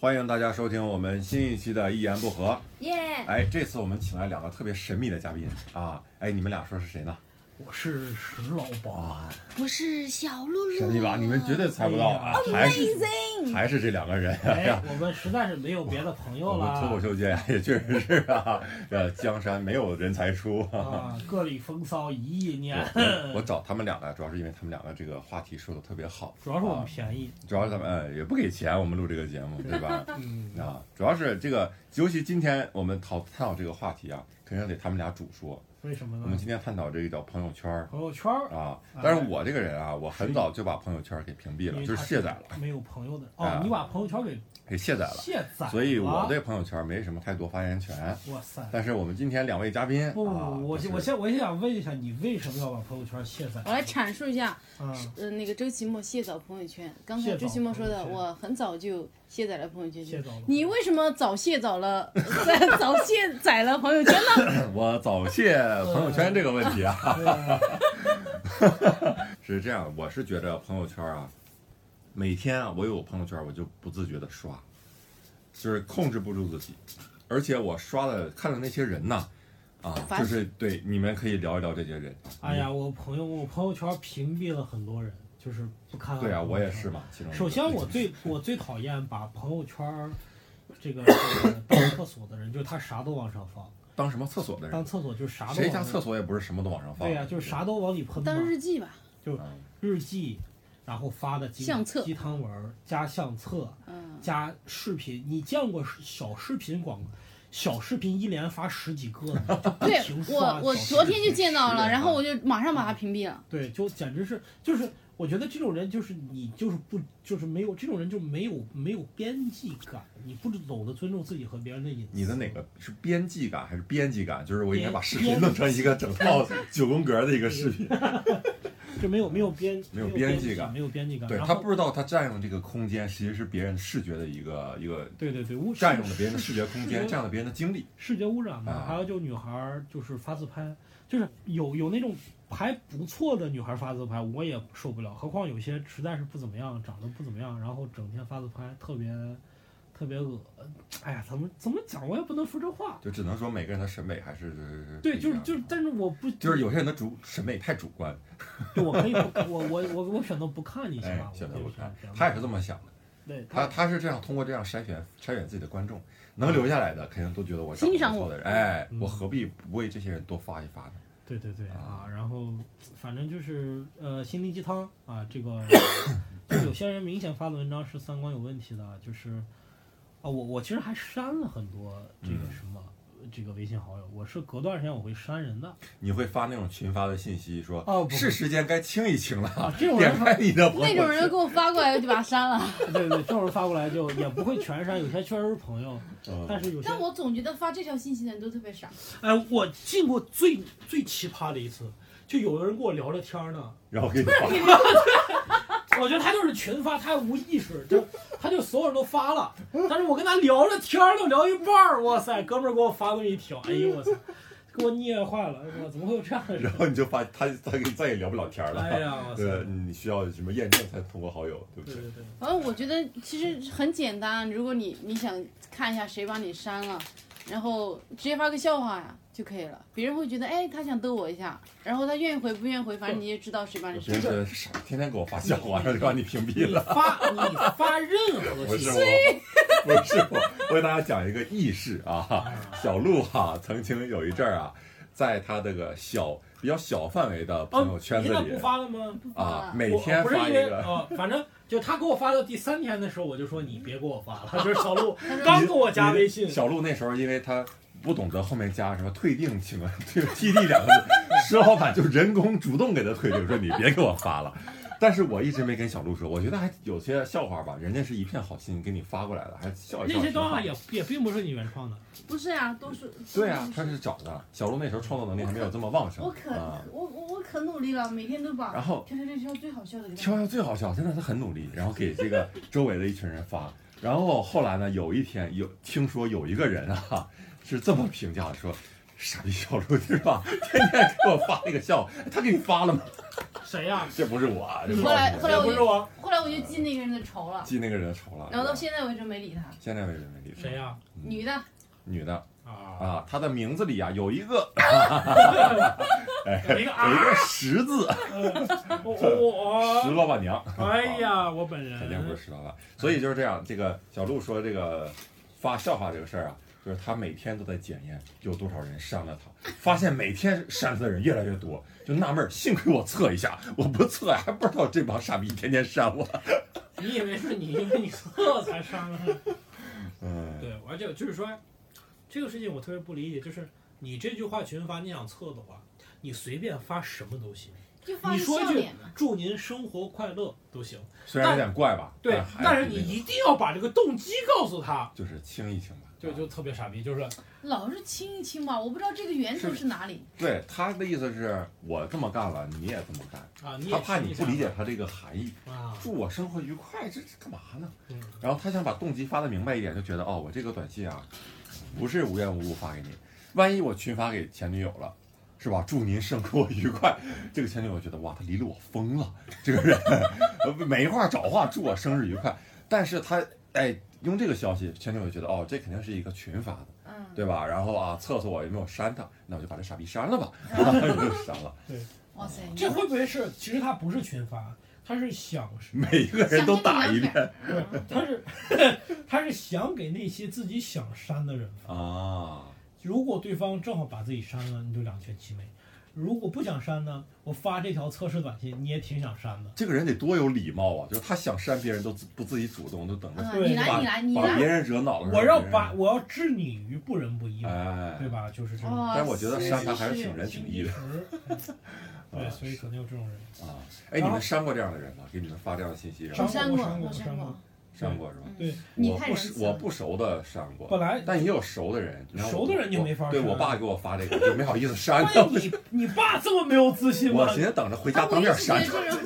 欢迎大家收听我们新一期的《一言不合》。耶！哎，这次我们请来两个特别神秘的嘉宾啊！哎，你们俩说是谁呢？我是石老啊板，我是小露露。神秘吧？你们绝对猜不到啊！还是 Amazing！还是这两个人哎哎呀！，我们实在是没有别的朋友我们脱口了啊秀界 也确实是啊，呃，江山没有人才出。啊，各领风骚一亿年，我我找他们俩呢，主要是因为他们两个这个话题说的特别好，主要是我们啊便宜，主要是咱们呃也不给钱，我们录这个节目，对吧？嗯，啊，主要是这个，尤其今天我们讨探讨这个话题啊，肯定得他们俩主说。为什么我们呢？今天探讨这个叫朋友圈儿朋友圈儿啊，但是我这个人啊，我很早就把朋友圈给屏蔽因了，为就他是卸载了，，没有朋友的哎哦，你把朋友圈给给卸载了，卸载了，所以我对朋友圈没什么太多发言权。哇塞，但是我们今天两位嘉宾，不不啊不，我就先我是先我先想问一下，你为什么要把朋友圈卸载？我来阐述一下，啊，呃，那个周奇墨卸载朋友圈。刚卸才载周奇墨说的，朋友圈我很早就卸载了朋友圈。卸载了，你为什么早卸载了， 早卸载了朋友圈呢？ 我早泄朋友圈这个问题 啊， 是这样，我是觉得朋友圈啊，每天啊我有朋友圈，我就不自觉的刷，就是控制不住自己，而且我刷的看的那些人呐，啊，烦就是对你们可以聊一聊这些人。哎呀，我朋友我朋友圈屏蔽了很多人，就是不看。对啊，我也是。嘛，其中一个首先，我最我最讨厌把朋友圈儿 这个这个当厕所的人，就是他啥都往上放，当什么厕所的当人，厕所就是啥都谁往家上厕所也不是什么都往上放，对呀、就是啥都往里喷嘛当日记吧，嗯。日记，然后发的鸡相册鸡汤文儿加相册嗯，加视频，你见过小视频广小视频一连发十几个的吗？就不对停我刷我小视频昨天就见到十点了，吧然后我啊就马上把它屏蔽了。对，就简直是就是，我觉得这种人就是你就是不就是没有这种人就没有没有边际感，你不懂得尊重自己和别人的隐私。你的哪个是编辑感还是编辑感？就是我应该把视频编弄成一个整套 九宫格的一个视频。就没有没有边没有边边际感感，没有边际感。对然他后不知道他占用这个空间，其实是别人视觉的一个一个对对对，污占用了别人的视觉空视间，觉占了别人的精力。视觉污染嘛，啊还有就女孩儿就是发自拍，就是有有那种还不错的女孩儿发自拍，我也受不了。何况有些实在是不怎么样，长得不怎么样，然后整天发自拍，特别特别恶。哎呀，怎么怎么讲，我也不能说这话。就只能说每个人的审美还是是是对，不一就是样的就是，但是我不就是有些人的主审美太主观，对我可以不看我我我我选择不看你起哎码，选择我不就是看这，样他也是这么想的。对他他是这样通过这样筛选筛选自己的观众，能留下来的肯定都觉得我长得欣赏不错我的人，哎，嗯我何必不为这些人多发一发呢？对对对啊啊，然后反正就是呃心灵鸡汤啊，这 个就有些人明显发的文章是三观有问题的，就是啊，我我其实还删了很多这个嗯什么。这个微信好友，我是隔段时间我会删人的你会发那种群发的信息说，哦不是时间该清一清了，啊，这种人点开你的朋友那圈。种人给我发过来，我就把它删了。对对对，这种人发过来就也不会全删，有些确实是朋友，嗯，但 是有些但我总觉得发这条信息的人都特别傻。哎，我进过最最奇葩的一次，就有人跟我聊着天儿呢，然后给你发，我觉得他就是群发，他无意识，就他就所有人都发了，但是我跟他聊着天儿，都聊一半儿，哇塞，哥们儿给我发那么一条，哎呦我操，给我捏坏了，我怎么会有这样的人然？后你就发他他跟你再也聊不了天了。哎呀，我操，对，对你需要什么验证才通过好友，对不对对？对，然呃后我觉得其实很简单，如果你你想看一下谁把你删了，然后直接发个笑话呀就可以了。别人会觉得，哎，他想逗我一下，然后他愿意回不愿意回，反正你也知道谁把你别删人觉了。得傻，天天给我发笑话，然后就把你屏蔽你了。发你发任 何不信是息，我，不是我，我给大家讲一个轶事啊。小鹿哈、曾经有一阵儿啊，在他这个小比较小范围的朋友圈子哦你里那不发了吗？啊，每我天不是发因一为个。呃，反正就他给我发到第三天的时候，我就说你别给我发了，就是小鹿刚给我加微信，小鹿那时候因为他不懂得后面加什么退订，请问退 TD 两个字，石老板就人工主动给他退订，说你别给我发了。但是我一直没跟小鹿说，我觉得还有些笑话吧，人家是一片好心给你发过来的，还笑一笑。那些挺段好话也也并不是你原创的，不是呀、都是 对啊，他是找的。小鹿那时候创作能力还没有这么旺盛我可、啊。我我我可努力了，每天都把然后挑挑挑挑最好笑的给他跳跳最好笑，真的他很努力，然后给这个周围的一群人发。 然后后来呢，有一天有听说有一个人啊 是这么评价的说：“傻逼小鹿是吧？ 天天给我发那个笑，他给你发了吗 谁呀？？”这不是我啊，这不是后来后我。来也我不是就我，后来我就就记那个人的仇了，记那个人的仇了。然后到现在为止没理他。现在为止没理谁啊呀？女的，女的啊，啊，她的名字里啊有一个有一个有一啊，个石字，哎我 我石我，老板娘。哎呀，我本肯定不是人，石老板。所以就是这样，这个小鹿说这个发笑话这个事儿啊，就是他每天都在检验有多少人删了他，发现每天删他的人越来越多，就纳闷儿，幸亏我测一下，我不测呀，还不知道这帮傻逼天天删我。你以为是你因为你错才伤害？嗯，对，而且就是说，这个事情我特别不理解，就是你这句话群发，你想测的话，你随便发什么都行，就发你个说一笑句脸嘛。祝您生活快乐都行。虽然有点怪吧，对，但但是还你那个一定要把这个动机告诉他，就是清一清吧，啊就就特别傻逼，就是老是亲一亲吧，我不知道这个源头是哪里。对他的意思是我这么干了，你也这么干，啊，你也他怕听你一不下理解他这个含义。啊，祝我生活愉快，这这干嘛呢？嗯然后他想把动机发的明白一点，就觉得哦，我这个短信啊，不是无缘无故发给你，万一我群发给前女友了，是吧？祝您生活愉快。这个前呃女友觉得哇，他离了我疯了，这个人呃没话找话，祝我生日愉快。但是他哎，用这个消息，前女友觉得哦，这肯定是一个群发的，嗯，对吧？然后啊，测测我有没有删他，那我就把这傻逼删了吧，然后就删了。哇塞，这会不会是其实他不是群发，他是想每一个人都打一遍他是 他是想给那些自己想删的人发。啊，如果对方正好把自己删了，你就两全其美；如果不想删呢，我发这条测试短信，你也挺想删的。 这个人得多有礼貌啊！就是他想删别人都自不自己主动，都等着啊，对你来，你来，你把别来。人惹恼了，我要把是我要置你于不仁不义吧嘛，哎，对吧？啊就是这种哦，但我觉得是删他还是是挺人情义的的。对，啊所以是可能有这种人。啊。哎，你们删过这样的人吗？给你们发这样的信息，然我后删我过，删过嗯我我删删过过。删过是吧？对，你我太不仁熟慈我了。不熟的删过，本来但也有熟的人，然后熟的人就我没法对删我爸给我发这个，就没好意思删关。键你你爸这么没有自信吗我？寻思等着回家啊我当一面直觉删得，这人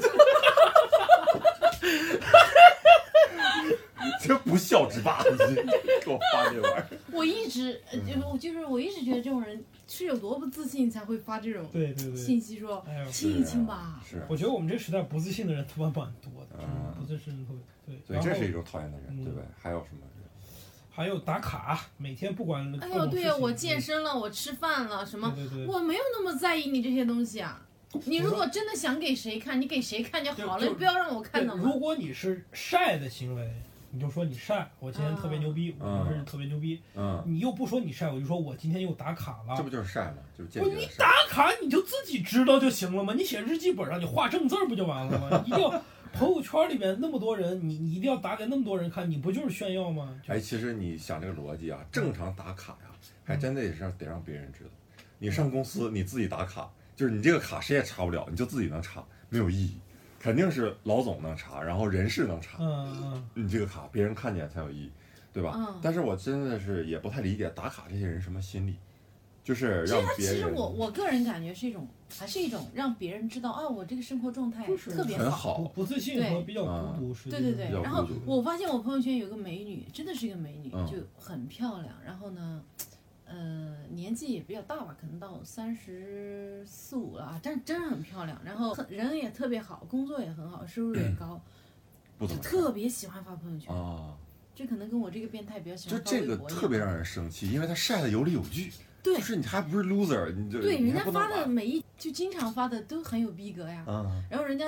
这不孝之霸，你 给我发这玩意儿。我一直，呃就是我就是我一直觉得这种人是有多不自信才会发这种对对对，信息说哎呀，亲一亲吧。是，我觉得我们这时代不自信的人他妈蛮多的，嗯不自信特别对。所以然后嗯这是一种讨厌的人，对吧？还有什么人？还有打卡，每天不管哎各呦，种对事呀，情我健身了，我吃饭了，什么，对对对，我没有那么在意你这些东西啊。你我如说果真的想给谁看，你给谁看就好就了，就不要让我看到对嘛。如果你是晒的行为，你就说你晒，我今天特别牛逼，嗯我今天特别牛逼。嗯，你又不说你晒，我就说我今天又打卡这了不。就是晒吗？就是间不，接你的晒。打卡你就自己知道就行了嘛。你写日记本上你画正字儿不就完了 吗？一定要朋友圈里面那么多人，你你一定要打给那么多人看，你不就是炫耀吗？就哎，其实你想这个逻辑啊，正常打卡呀、还嗯真得是得让别人知道。你上公司你自己打卡，就是你这个卡谁也查不了，你就自己能查，没有意义。肯定是老总能查，然后人事能查，嗯嗯，你这个卡别人看见才有意义，对吧？嗯但是我真的是也不太理解打卡这些人什么心理，就是其实让他，其别实人我我个人感觉是一种，还是一种让别人知道啊，我这个生活状态就是特别很好。不好，不自信和比较对孤独是对对比较对，孤然后独我发现我朋友圈有个美女，真的是一个美女，嗯就很漂亮。然后呢，呃，年纪也比较大吧，可能到三十四五了啊，但真的很漂亮。然后很人也特别好，工作也很好，收入也高，嗯不怎么就特别喜欢发朋友圈。啊，这可能跟我这个变态比较喜就欢发这微个博一样。特别让人生气，因为他晒的有理有据，对就是你还不是 loser，你就对，你人还家不能发的玩每一就经常发的都很有逼格呀，啊，然后人家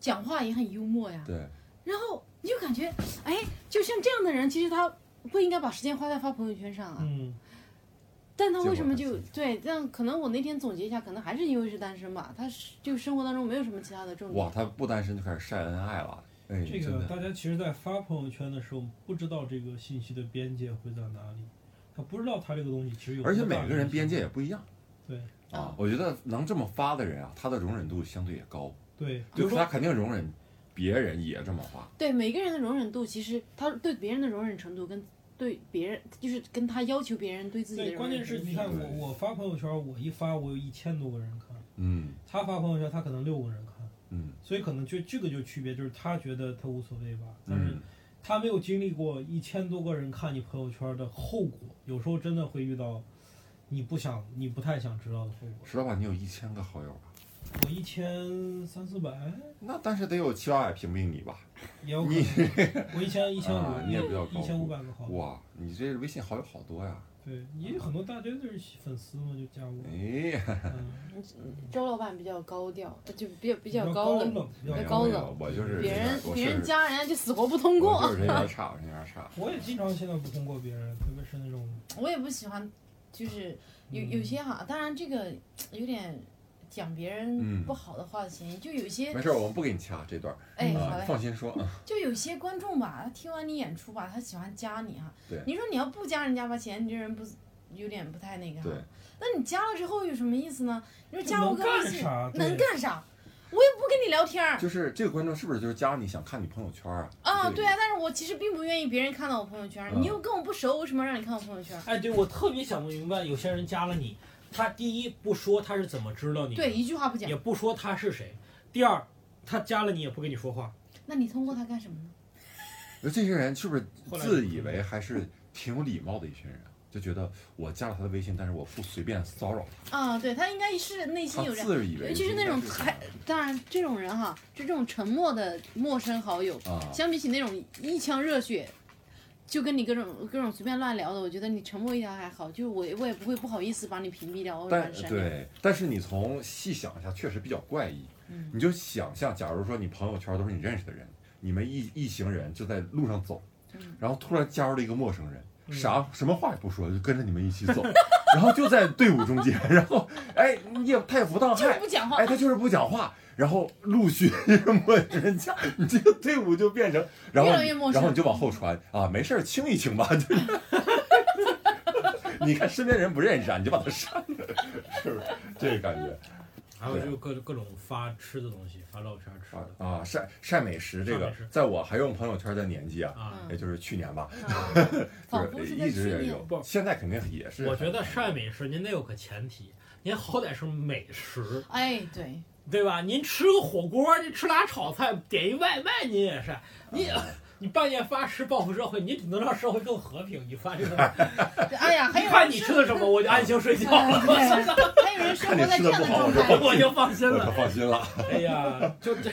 讲话也很幽默呀，对，然后你就感觉，哎，就像这样的人，其实他不应该把时间花在发朋友圈上啊。嗯，但他为什么结就果他自己对？但可能我那天总结一下，可能还是因为是单身吧，他是就生活当中没有什么其他的重哇，点。他不单身就开始晒恩爱了，哎，这真个的大家其实，在发朋友圈的时候，不知道这个信息的边界会在哪里，他不知道他这个东西其实有多大而的影且响。每个人边界也不一样对啊啊。我觉得能这么发的人啊，他的容忍度相对也高，对，比就如是说他肯定容忍别人也这么发。对每个人的容忍度，其实他对别人的容忍程度跟对别人就是跟他要求别人对自己的对，容关忍键是程度不你一样。看我我发朋友圈，我一发我有一千多个人看，嗯他发朋友圈他可能六个人看，嗯所以可能就这个就区别就是他觉得他无所谓吧，但是嗯，他没有经历过一千多个人看你朋友圈的后果，有时候真的会遇到你不想你不太想知道的后果。石老板，你有一千个好友吧？我一千三四百，那但是得有七八百屏蔽你吧？也有可你能。 我一千一千啊五，你也比较高一千五百个好。哇，你这微信好友好多呀！对，也有很多大家就是粉丝嘛，就加我。哎，嗯，周老板比较高调，呃就比较比比较高高冷，，比较没有高冷没有我就是别这人样我别人是加人家就死活不通我过。就是人缘差，我人缘差。我也经常现在不通过别人，特别是那种我也不喜欢，就是有有些哈，当然这个有点讲别人嗯不好的话的嫌疑，就有些没事儿，我们不给你掐这段儿，哎嗯好啊，嘞，放心说啊。就有些观众吧，他听完你演出吧，他喜欢加你哈。对你说你要不加人家吧，显然你这人不有点不太那个哈。对，那你加了之后有什么意思呢？你说加我能个干微信啥？对，能干啥？我也不跟你聊天儿就是这个观众是不是就是加你想看你朋友圈啊？啊，这对个意啊，但是我其实并不愿意别人看到我朋友圈儿，嗯你又跟我不熟，为什么要让你看我朋友圈儿？哎，对我特别想不明白，有些人加了你，他第一不说他是怎么知嗯道你，对，，一句话不讲也，不说他是谁；第二，他加了你也不跟你说话。那你通过他干什么呢？思。这些人是不是后来自以为还是挺有礼貌的一群人？就觉得我加了他的微信，但是我不随便骚扰啊，对他应该是内他，心有他这样。自以为尤其是那种太太，当然这种人哈，就这种沉默的陌生好友，啊，相比起那种一腔热血，就跟你各种各种随便乱聊的，我觉得你沉默一条还好，就是我我也不会不好意思把你屏蔽掉，我也把但你删掉。对，但是你从细想一下，确实比较怪异。嗯你就想象，假如说你朋友圈都是你认识的人，你们一一行人就在路上走，嗯然后突然加入了一个陌生人，嗯啥什么话也不说，就跟着你们一起走，然后就在队伍中间，然后哎，你也他也不当就是害，不讲话哎，，他就是不讲话，然后陆续 陌生人加，你这个队伍就变成，然后越来你越陌然后生你就往后传啊，没事儿清一清吧。 就是 你看身边人不认识啊，你就把他删了，是不是？这个感 觉还有就是各各种发吃的东西，发照片吃啊的啊，晒晒美食这晒个美食，在我还用朋友圈的年纪啊，啊。也就是去年吧，啊就仿佛是是在哎一去直也年有，现在肯定也是。我觉得晒美食您得有个前提，您好歹是美食，哎， 对，对吧？您吃个火锅，您吃俩炒菜，点一外卖，您也晒，你。 你半夜发吃报复社会，你只能让社会更和平。你发这个，对哎呀，还你有看人你生吃的什么，我就安心睡觉了，还有人生活在看你吃这样的状得不好态，我就放心我了可。放心了，哎呀，就这。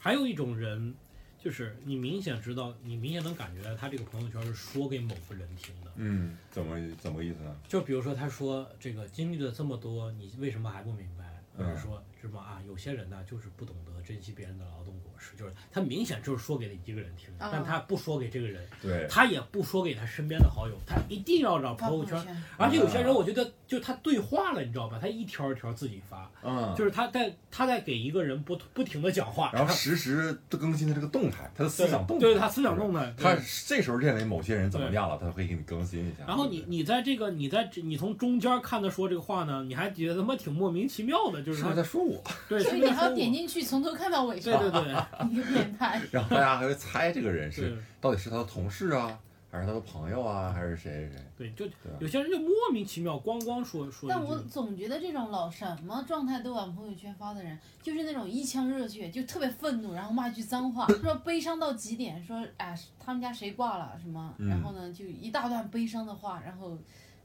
还有一种人，就是你明显知道，你明显能感觉到他这个朋友圈是说给某个人听的。嗯，怎么怎么个意思呢？就比如说，他说这个经历了这么多，你为什么还不明白？或嗯者说什么啊，有些人呢就是不懂得珍惜别人的劳动果实，就是他明显就是说给你一个人听的啊，但他不说给这个人，对，他也不说给他身边的好友，他一定要找发朋友圈。圈，而且有嗯些人，我觉得就他对话了，你知道吧？他一条一条自己发，嗯，就是他在他在给一个人不不停的讲话，然后实时更新他这个动态，他的思想动态，对他思想动态。他对这时候认为某些人怎么样了，他会给你更新一下。然后你你在这个你在这你从中间看他说这个话呢，你还觉得他妈挺莫名其妙的，就是是不他是在说我？对，就是是不你是还说要我点进去从头看到尾是对吧？对对 你个变态， 然后大家还会猜这个人是对到底是他的同事啊，还是他的朋友啊，还是谁谁谁？对，就对啊吧有些人就莫名其妙光光说说一但我句，总觉得这种老什么状态都往朋友圈发的人，就是那种一腔热血，就特别愤怒，然后骂句脏话，说悲伤到极点，说哎他们家谁挂了什么，嗯然后呢就一大段悲伤的话，然后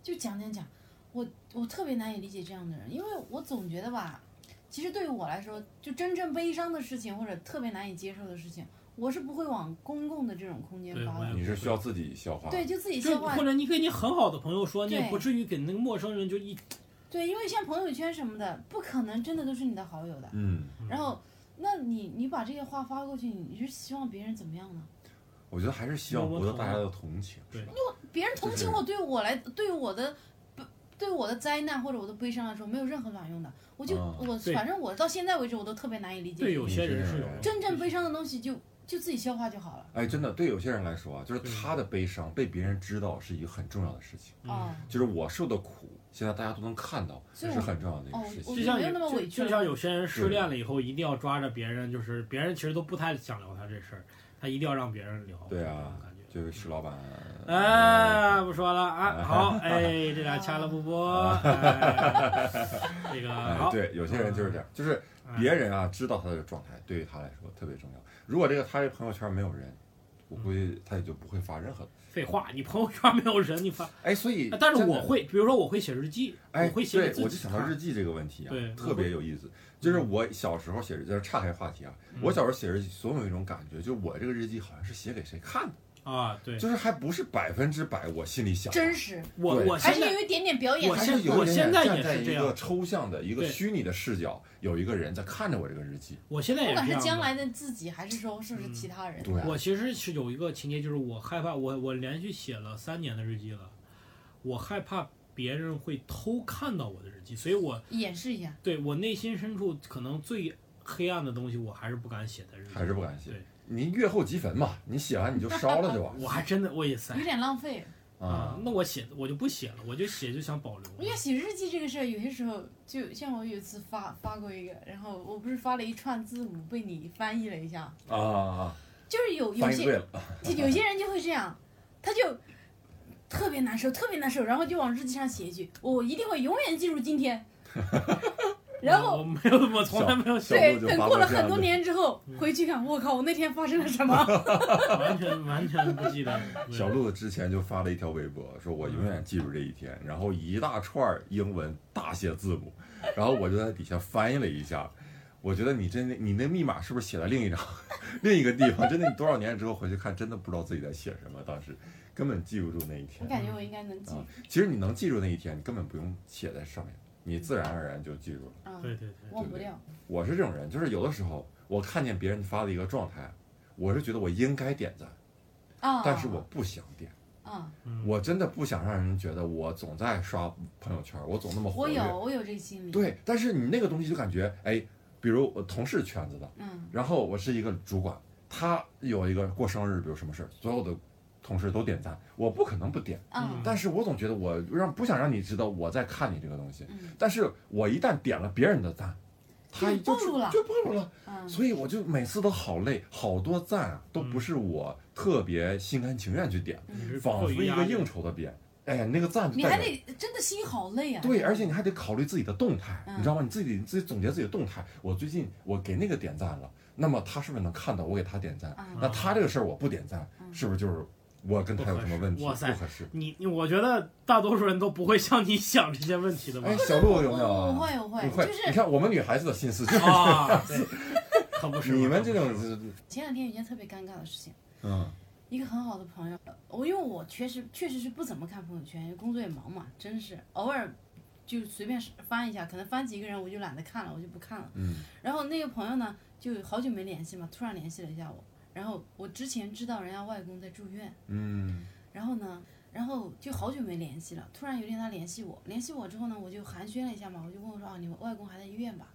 就讲讲讲，我我特别难以理解这样的人，因为我总觉得吧，其实对于我来说，就真正悲伤的事情或者特别难以接受的事情，我是不会往公共的这种空间对发我也的，你是需要自己消化。对，就自己就消化或者你跟你很好的朋友说，你也对不至于给那个陌生人就一对，因为像朋友圈什么的，不可能真的都是你的好友的。嗯，然后，那你你把这些话发过去，你是希望别人怎么样呢？我觉得还是希望博得大家的同情。对是吧别人同情我，对我来，对我的不，对我的灾难或者我的悲伤来说，没有任何卵用的。我就、啊我对反正我到现在为止，我都特别难以理解。嗯对有些人是有嗯真正悲伤的东西就就自己消化就好了。哎，真的，对有些人来说啊，就是他的悲伤被别人知道是一个很重要的事情，嗯啊，就是我受的苦，现在大家都能看到，这所以是我很重要的一哦个事我情。就像没有有那么就委屈就了像有些人失对恋了以后，一定要抓着别人，就是别人其实都不太想聊他这事儿，他一定要让别人聊。对啊感觉。就是石老板，啊哎，不说了 啊，好，哎，这俩掐了不播，哎这个哎，好，对，有些人就是这样，就是哎别人啊知道他的状态，对于他来说特别重要。如果这个他这朋友圈没有人，我估计他也就不会发任何。废话，你朋友圈没有人，你发。哎，所以嗯呃但是真的我会，比如说我会写日记，哎，我会写给对，自我就己想到看日记这个问题啊对，特别有意思。就是我小时候写日记，岔开话题啊，嗯我小时候写日记，总有一种感觉，就是我这个日记好像是写给谁看的，啊。对，就是还不是百分之百我心里想的，真实，我对我还现是在有一点点表演我还的现是有我一点现在点也站在是这一样个抽象的一个对虚拟的视角，有一个人在看着我这个日记，我现在不也管这是样将的。嗯来的自己，还是说是不是其他人，对啊，我其实是有一个情节，就是我害怕，我我连续写了三年的日记了，我害怕别人会偷看到我的日记，所以我演示一下，对我内心深处可能最黑暗的东西，我还是不敢写在日记。还是不敢写对。您阅后即焚嘛，你写完你就烧了就完我还真的，我也塞有点浪费。啊。那我写我就不写了，我就写就想保留。因为写日记这个事儿，有些时候就像我有一次发发过一个，然后我不是发了一串字母，被你翻译了一下，啊啊！就是有有翻译些对了，就有些人就会这样，他就特别难受，特别难受，然后就往日记上写一句：“我一定会永远记住 今天。”然后我没有，我从来没有嗯小写，对，鹿就等发过过了这很样多的年之后嗯回去看，我靠，我那天发生了 什么？完全完全不记得。对小鹿之前就发了一条微博，说我永远记住这一天，然后一大串英文大写字母，然后我就在底下翻译了一下。我觉得你真的，你那密码是不是写在另一张、另一个地方？真的，你多少年之后回去看，真的不知道自己在写什么，当时根本记不住那一天我。感觉我应该能记啊，其实你能记住那一天，你根本不用写在上面，你自然而然就记住了。啊，对对对，忘不掉。我是这种人，就是有的时候我看见别人发的一个状态，我是觉得我应该点赞，啊，但是我不想点，啊，嗯我真的不想让人觉得我总在刷朋友圈，我总那么活我跃。有我有这心理。，对，但是你那个东西就感觉，哎，比如我同事圈子的，嗯，然后我是一个主管，他有一个过生日，比如什么事儿，所有的同事都点赞，我不可能不点。啊，但是我总觉得我让不想让你知道我在看你这个东西，嗯但是我一旦点了别人的赞，他就就暴露了就暴露了，嗯，所以我就每次都好累，好多赞啊都不是我特别心甘情愿去点，你是仿迫佛于一压个力应酬的点，哎，那个赞就嗯你代还表得真的心好累啊。对，而且你还得考虑自己的动态，嗯你知道吗？你自己你自己总结自己的动态，我最近我给那个点赞了，那么他是不是能看到我给他点赞？啊，那他这个事儿我不点赞，嗯是不是就是我跟他有什么问题？不合适哇塞不合适。你你我觉得大多数人都不会像你想这些问题的吧哎，？小鹿我有没有啊？我会我会你，会，就是你看我们女孩子的心思就是啊，对，可不是嘛你们这，可种不是，前两天有一件特别尴尬的事情，嗯一个很好的朋友，呃我因为我确实确实是不怎么看朋友圈，工作也忙嘛，真是偶尔就随便翻一下，可能翻几个人我就懒得看了，我就不看了。嗯然后那个朋友呢，就好久没联系嘛，突然联系了一下我。然后我之前知道人家外公在住院，嗯然后呢，然后就好久没联系了。突然有一天他联系我，联系我之后呢，我就寒暄了一下嘛，我就问我说啊，你外公还在医院吧？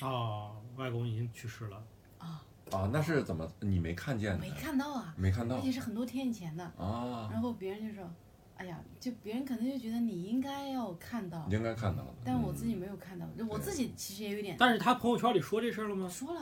哦，外公已经去世了，啊，啊，那是怎么你没看见呢没？看到啊，没看而到且是嗯很多天以前的。啊？然后别人就说，哎呀，就别人可能就觉得你应该要看到你，应该看到了，但我自己嗯没有看到，就我自己其实也有点但是他朋友圈里说这事儿了吗？说了。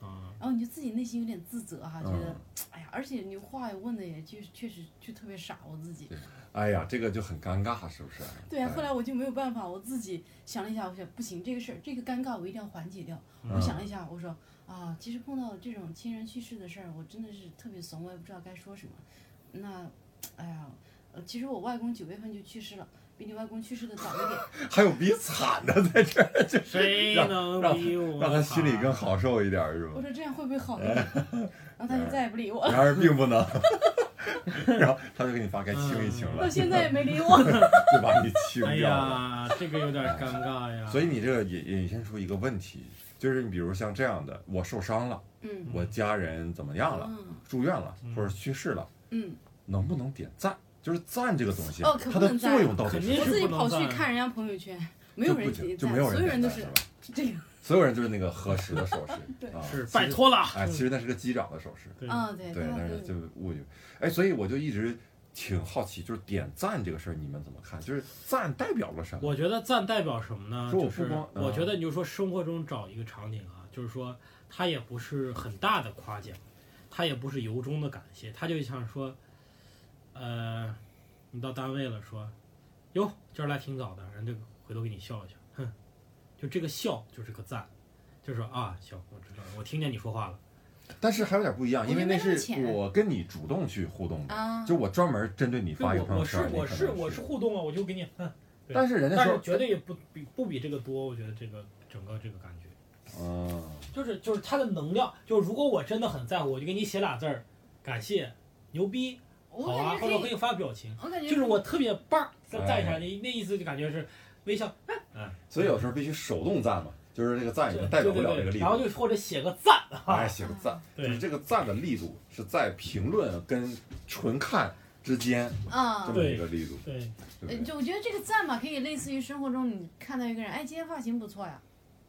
啊，然后你就自己内心有点自责哈、觉得嗯，哎呀，而且你话也问的也就确实就特别傻，我自己。哎呀，这个就很尴尬，是不是？哎对啊，后来我就没有办法，我自己想了一下，我想不行，这个事儿，这个尴尬我一定要缓解掉。我嗯想了一下，我说啊，其实碰到这种亲人去世的事儿，我真的是特别怂，我也不知道该说什么。那，哎呀，呃，其实我外公九月份就去世了，比你外公去世的早一点。还有比惨的在这 儿，就是谁让能让比我让他心里惨更好受一点儿，是我 吗？说这样会不会好一点？然后他就再也不 理我了，然而并不能，然后他就给你发该清一清到了，现在也没理我。就把你清哎掉了。呀，这个有点尴尬呀。所以你这个引引申出一个问题，就是你比如像这样的，我受伤了，嗯我家人怎么样了，嗯住院了嗯或者去世了，嗯，能不能点赞？就是赞这个东西，啊哦可不它的能作赞用到底肯是定我什是么？自己不能跑去赞看人家朋友圈，没有就不人行点就赞没有人所有人都点赞是吧？ 这个。所有人就是那个合十的手势， 对啊，是其拜实，托了，哎，其实那是个击掌的手势，对啊，嗯对，对，大家但都是有就误解，哎，所以我就一直挺好奇，就是点赞这个事儿，你们怎么看？就是赞代表了什么？我觉得赞代表什么呢？说我就不是光我嗯觉得你就说生活中找一个场景啊，就是说它也不是很大的夸奖，它也不是由衷的感谢，它就像说，呃，你到单位了说，哟，今儿来挺早的，人就回头给你笑一下，哼，就这个笑就是个赞，就说啊，行，我知道了，我听见你说话了，但是还有点不一样，因为那我觉得没那么是浅我跟你主动去互动的，啊，就我专门针对你对发一个我朋友我是圈儿，我你可是能我是互动啊，我就给你，嗯，但是人家但说是，绝对也不比不比这个多，我觉得这个整个这个感觉。嗯，就是就是它的能量，就是如果我真的很在乎，我就给你写俩字儿，感谢，牛逼，好我啊，感或觉者可给以，嗯你发表情，我感觉就是我特别棒儿，再哎赞一下，那那意思就感觉是微笑，所以有时候必须手动赞嘛，就是这个赞已对经代表对不了这对个对，力然后度，就或者写个赞，啊哎，写个赞，就对是这个赞的力度是在评论跟纯看之间啊这，么一个力度，对，对呃不对？就我觉得这个赞吧，可以类似于生活中你看到一个人，哎，今天发型不错呀，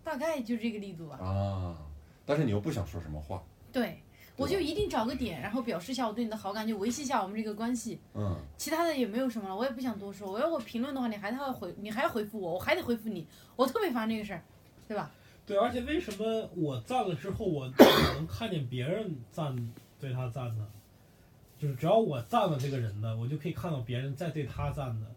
大概就这个力度吧。啊，但是你又不想说什么话，对，我就一定找个点，然后表示一下我对你的好感，就维系一下我们这个关系。嗯，其他的也没有什么了，我也不想多说。我要我评论的话，你还要回，你还要回复我，我还得回复你，我特别烦这个事儿，对吧？对，而且为什么我赞了之后，我能看见别人赞对他赞呢？就是只要我赞了这个人的，我就可以看到别人在对他赞的。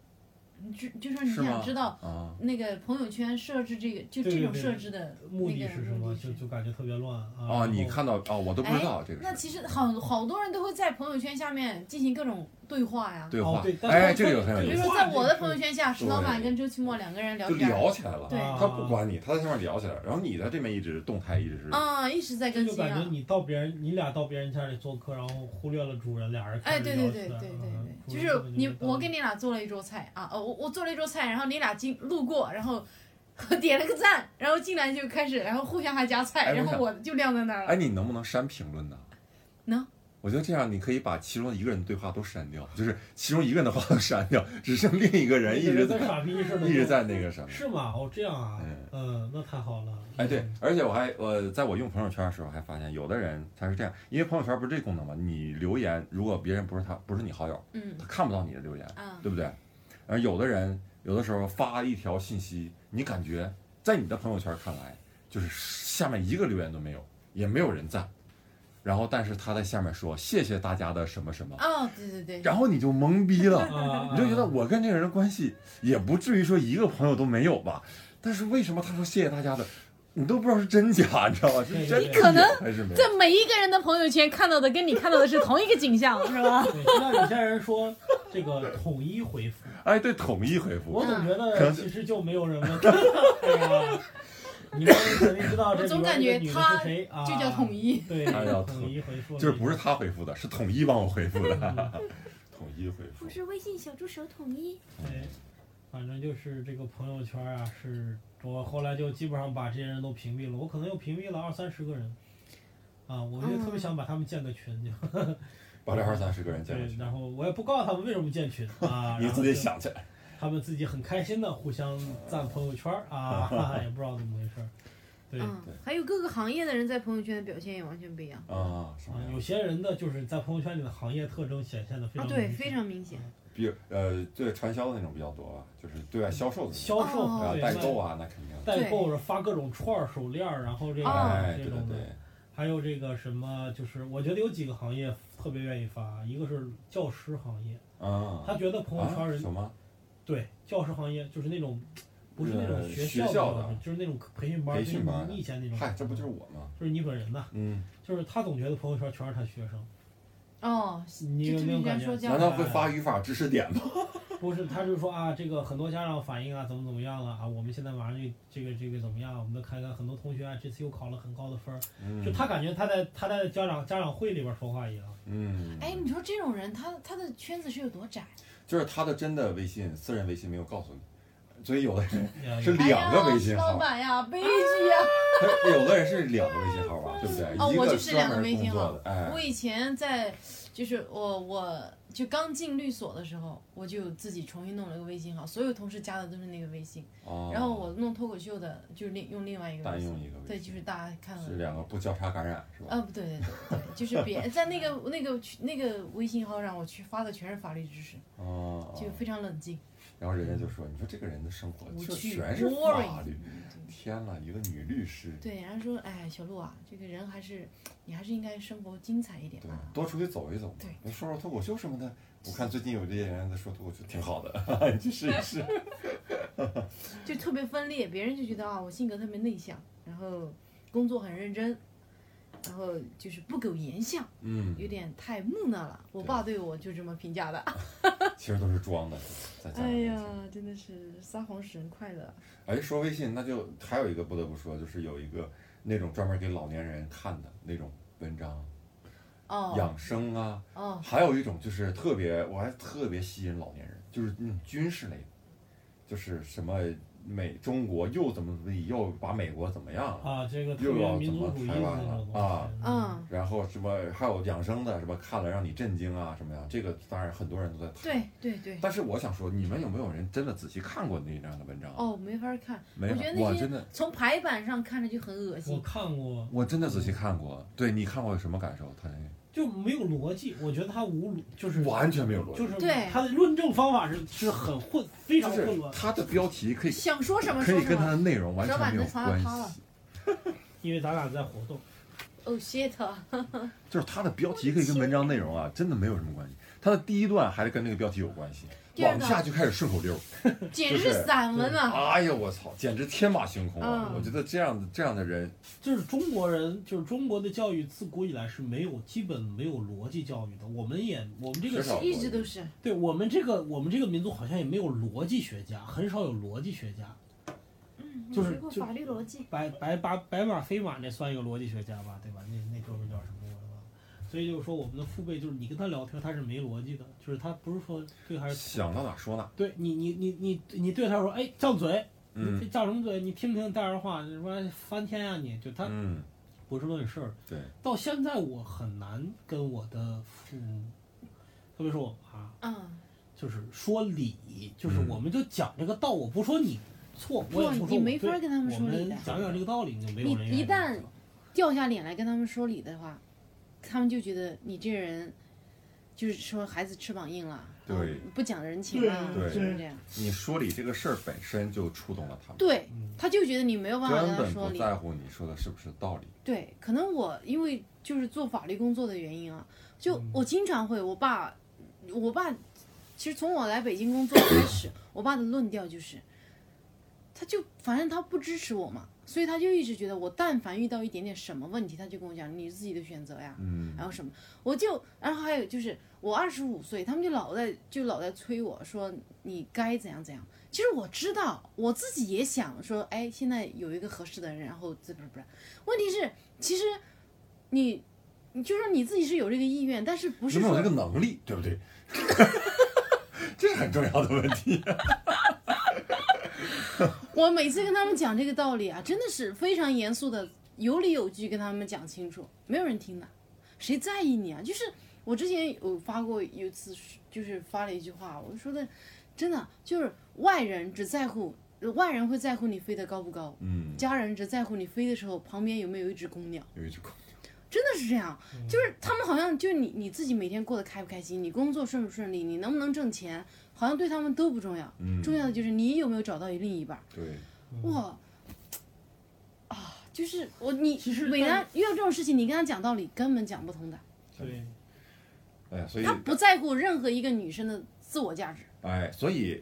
你就就说你是吗想知道啊，那个朋友圈设置这个，就对这种对对设置的目那的个是什么？目的就是就感觉特别乱啊。哦，然你后看到哦，我都不知道这个哎那事其实好好多人都会在朋友圈下面进行各种对话呀。对话哦对，但哎，但这个有很有对意比思如对，说，在我的朋友圈下，对石老板跟周奇墨两个人聊就天儿，聊起来了。对啊他不管你，他在下面聊起来，然后你在这边一直动态，一直是啊，一直在这更就新感啊觉。你到别人，你俩到别人家里做客，然后忽略了主人，俩人开哎，始对聊对起对来对对了嗯对，就主人根是本你没，当我给你俩做了一桌菜啊，哦，我我做了一桌菜，然后你俩经路过，然后点了个赞，然后进来就开始，然后互相还夹哎菜，我然后想我就晾在那儿了。哎，你能不能删评论呢？能。我觉得这样，你可以把其中一个人的对话都删掉，就是其中一个人的话都删掉，只剩另一个人那一个直在在傻逼似的，一直在那个什么。是吗？哦，这样啊嗯，嗯，那太好了。哎，对，而且我还我在我用朋友圈的时候还发现，有的人他是这样，因为朋友圈不是这功能嘛，你留言如果别人不是他不是你好友，嗯他看不到你的留言，啊，对不对？然后有的人有的时候发一条信息，你感觉在你的朋友圈看来，就是下面一个留言都没有，也没有人赞，然后但是他在下面说谢谢大家的什么什么，哦，对对对，然后你就懵逼了， 啊，你就觉得我跟这个人关系也不至于说一个朋友都没有吧？但是为什么他说谢谢大家的，你都不知道是真假，你知道吗？是真你的可能有还是没有？在每一个人的朋友圈看到的跟你看到的是同一个景 象，是吧？对，就像有些人说这个统一回复，哎，对，统一回复我总嗯觉可能得其实就没有 人问。对呀，你们肯定知道这我总里边感这个觉女的他是谁啊？就叫统一。对，他叫统一回复，就是不是他回复的，是统一帮我回复嗯的，统一回复我。是微信小助手统一，对，哎反正就是这个朋友圈啊，是我后来就基本上把这些人都屏蔽了，我可能又屏蔽了二三十个人，啊，我就哦特别想把他们建个群，就把这二三十个人加进对，去，，然后我也不告诉他们为什么建群啊 你自己，想去。他们自己很开心的互相赞朋友圈啊， 哈哈也不知道怎么回事儿，对。嗯对，还有各个行业的人在朋友圈的表现也完全不一样啊，什啊么，呀有？些人的就是在朋友圈里的行业特征显现的非啊，常明对，显非常明显。比如呃，对传销的那种比较多吧，就是对外销售的销那售哦种，啊，对代购啊，那肯定。代代购是发各种串儿、手链儿，然后这个、哦哎，对这对种的，对，还有这个什么，就是我觉得有几个行业特别愿意发，一个是教师行业，啊，他觉得朋友圈啊人、有吗？对教师行业就是那种不是那种呃学学校的的，就是那种培训班，培训班就是你以前那种，嗨，这不就是我吗？就是你本人呐，嗯，就是他总觉得朋友圈全是他学生，哦，你有就没有人家感说觉？啊教难道会发语法知识点吗？不是，他就说啊，这个很多家长反映啊，怎么怎么样了啊，我们现在马上就这个这个怎么样，我们的看看很多同学啊，这次又考了很高的分儿，就他感觉他在他在家长家长会里边说话一样。嗯，哎，你说这种人，他他的圈子是有多窄？就是他的真的微信，私人微信没有告诉你，所以有的人哎呀是两个微信哎呀老号，板呀，悲剧呀！他 有的人是两个微信号吧，对不对？哦一我个就是专两个门微工信号作的，哎我，以前在，就是我我就刚进律所的时候，我就自己重新弄了个微信号，所有同事加的都是那个微信，哦然后我弄脱口秀的就另用另外一个单微用信，一个微信，对，就是大家看了是。两个不交叉感染是吧？啊，不对对对对，就是别在那个那个群那个微信号上，我去发的全是法律知识，哦，就非常冷静。然后人家就说：“你说这个人的生活无就趣全是法 boring 律，天呐，一个女律师，对，然后说，哎，小鹿啊，这个人还是你还是应该生活精彩一点对啊，。多出去走一走嘛对，那说说脱口秀什么的。我看最近有这些人在说脱口秀，挺好的，你去试一试。就特别分裂，别人就觉得啊，我性格特别内向，然后工作很认真，然后就是不苟言笑，嗯，有点太木讷了。我爸对我就这么评价的。 其实都是装的，啊在家里哎面呀，真的是撒谎使人快乐。哎，说微信，那就还有一个不得不说，就是有一个那种专门给老年人看的那种文章，哦养生啊，哦，还有一种就是特别，我还特别吸引老年人，就是那种军事类的，就是什么美中国又怎么怎么地，又把美国怎么样了，啊，这个特别民族主义的那种东西啊，嗯，然后什么还有养生的什么看了让你震惊啊什么呀，这个当然很多人都在谈。对对对。但是我想说，你们有没有人真的仔细看过那样的文章啊？哦，没法看，没我有觉得，那我些真的从排版上看着就很恶我心。看过，我真的仔细看过，对你看过有什么感受？他就没有逻辑，我觉得他无逻就是完全没有逻辑，就是对他的论证方法是是很混，非常就是混乱，他的标题可以想说什么可说以什跟他么。的内容完老全板没有那床上关趴了系，因为咱俩在活动，哦 Oh shit！就是他的标题可以跟文章内容啊真的没有什么关系。他的第一段还是跟那个标题有关系，第二往段下就开始顺口溜，简就直是是散文啊！哎呀我操，简直天马行空啊！嗯我觉得这样的这样的人，就是中国人，就是中国的教育自古以来是没有基本没有逻辑教育的，我们也我们这缺个少一直都是，对我们这个我们这个民族好像也没有逻辑学家，很少有逻辑学家。嗯，就是学过就法律逻辑，白白马白马非马那算一个逻辑学家吧，对吧？那那哥们儿叫什么我忘了。所以就是说，我们的父辈就是你跟他聊天，他是没逻辑的，就是他不是说对还是想到哪说哪，对你你你你你对他说，哎，犟嘴，你嗯这犟什么嘴？你听不听大人话？你说翻天呀、啊你就他嗯，不是论事儿。对，到现在我很难跟我的父母，特别是我妈，嗯，就是说理，就是嗯我们就讲这个道，我不说你错，我也哇不说你我没法对跟他们说我理们的讲讲这个道理，你就没有你人一愿意旦讲掉下脸来跟他们说理的话，他们就觉得你这人就是说孩子翅膀硬了，对啊不讲人情了，对是不是这样？你说理这个事儿本身就触动了他们，对嗯，他就觉得你没有办法跟根他本说不理。在乎你说的是不是道理，对，可能我因为就是做法律工作的原因啊，就嗯我经常会，我爸，我爸，其实从我来北京工作开始，我爸的论调就是，他就反正他不支持我嘛，所以他就一直觉得我但凡遇到一点点什么问题，他就跟我讲你自己的选择呀，嗯然后什么，我就，然后还有就是，我二十五岁，他们就老在就老在催我说哎你该怎样怎样。其实我知道，我自己也想说，哎，现在有一个合适的人，然后怎么怎么。问题是，其实你，你就说你自己是有这个意愿，但是不有是没有那说个能力，对不 对？这是很重要的问题。我每次跟他们讲这个道理啊，真的是非常严肃的，有理有据跟他们讲清楚，没有人听的，谁在意你啊？就是我之前有发过有一次，就是发了一句话，我说的，真的就是外人只在乎，外人会在乎你飞得高不高，嗯，家人只在乎你飞的时候旁边有没有一只公鸟。有一句话，真的是这样，就是他们好像就你你自己每天过得开不开心，你工作顺不顺利，你能不能挣钱，好像对他们都不重要，嗯，重要的就是你有没有找到另一半。对，嗯哇，啊，就是我你其实伟但南遇到这种事情，你跟他讲道理根本讲不通的，对，哎呀，所以他不在乎任何一个女生的自我价值。哎，所以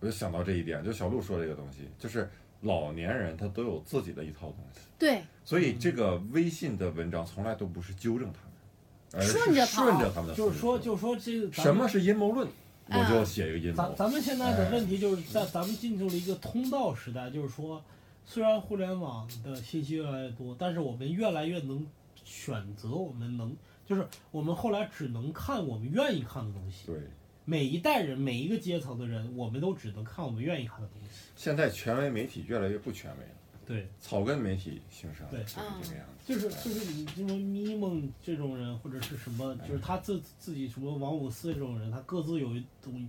我就想到这一点，就小鹿说这个东西，就是老年人他都有自己的一套东西，对，所以嗯这个微信的文章从来都不是纠正他们，而是顺着跑顺着他们的思路，就是说就是说这个咱什么是阴谋论，我就写一个阴咱谋，咱们现在的问题就是在咱们进入了一个通道时代，就是说，虽然互联网的信息越来越多，但是我们越来越能选择我们能，就是我们后来只能看我们愿意看的东西。对。每一代人，每一个阶层的人，我们都只能看我们愿意看的东西。现在权威媒体越来越不权威了，对，草根媒体形成对就是这个样子。就是就是你这种咪蒙这种人，或者是什么，就是他自自己什么王五四这种人，他各自有一种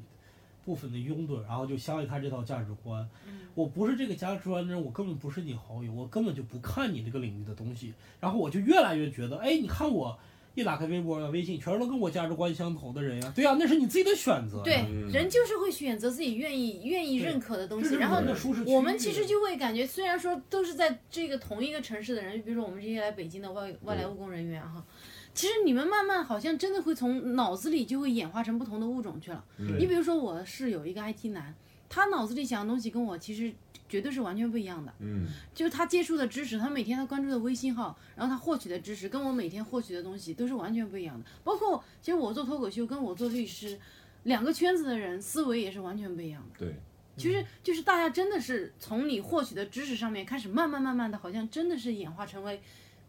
部分的拥趸，然后就相信他这套价值观。嗯我不是这个价值观的人，我根本不是你好友，我根本就不看你这个领域的东西。然后我就越来越觉得，哎，你看我一打开微博、啊微信，全是都跟我价值观相投的人呀、对呀、那是你自己的选择呀。对，嗯人就是会选择自己愿意愿意认可的东这西，是然后人的舒适区域。我们其实就会感觉，虽然说都是在这个同一个城市的人，比如说我们这些来北京的外外来务工人员哈，其实你们慢慢好像真的会从脑子里就会演化成不同的物种去了。嗯你比如说我室友一个 IT 男，他脑子里想的东西跟我其实绝对是完全不一样的。嗯就是他接触的知识，他每天他关注的微信号，然后他获取的知识，跟我每天获取的东西都是完全不一样的。包括其实我做脱口秀，跟我做律师，两个圈子的人思维也是完全不一样的。对，其嗯实就是大家真的是从你获取的知识上面开始，慢慢慢慢的，好像真的是演化成为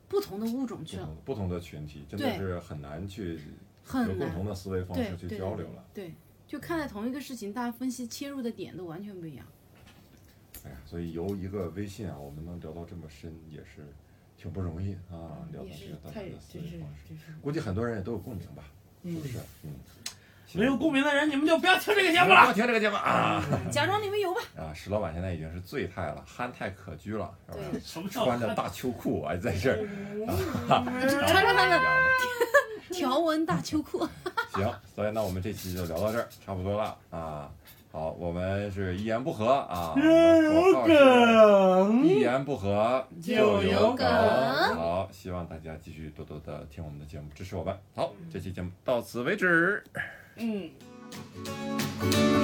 不同的物种不去了，同不同的群体真的对是很难去有很共难。同的思维方对式去对交流了。对，就看待同一个事情，大家分析切入的点都完全不一样。哎呀，所以由一个微信啊，我们能聊到这么深，也是挺不容易嗯啊，聊到也这是个大家太的思真维是方式。嗯真是。估计很多人也都有共鸣吧，是嗯不是？嗯，没有共鸣的人，你们就不要听这个节行，目不要了。听这个节目啊假装你们有吧。 啊！石老板现在已经是醉态了，憨态可掬了，是不对是？什么叫穿着大秋裤啊，在这儿穿着他的啊条纹大秋裤。行，所以那我们这期就聊到这儿，差不多了啊。好，我们是一言不合啊，我们哎口号是梗一言不合就有梗梗。好，希望大家继续多多的听我们的节目，支持我们。好，这期节目到此为止。嗯。啊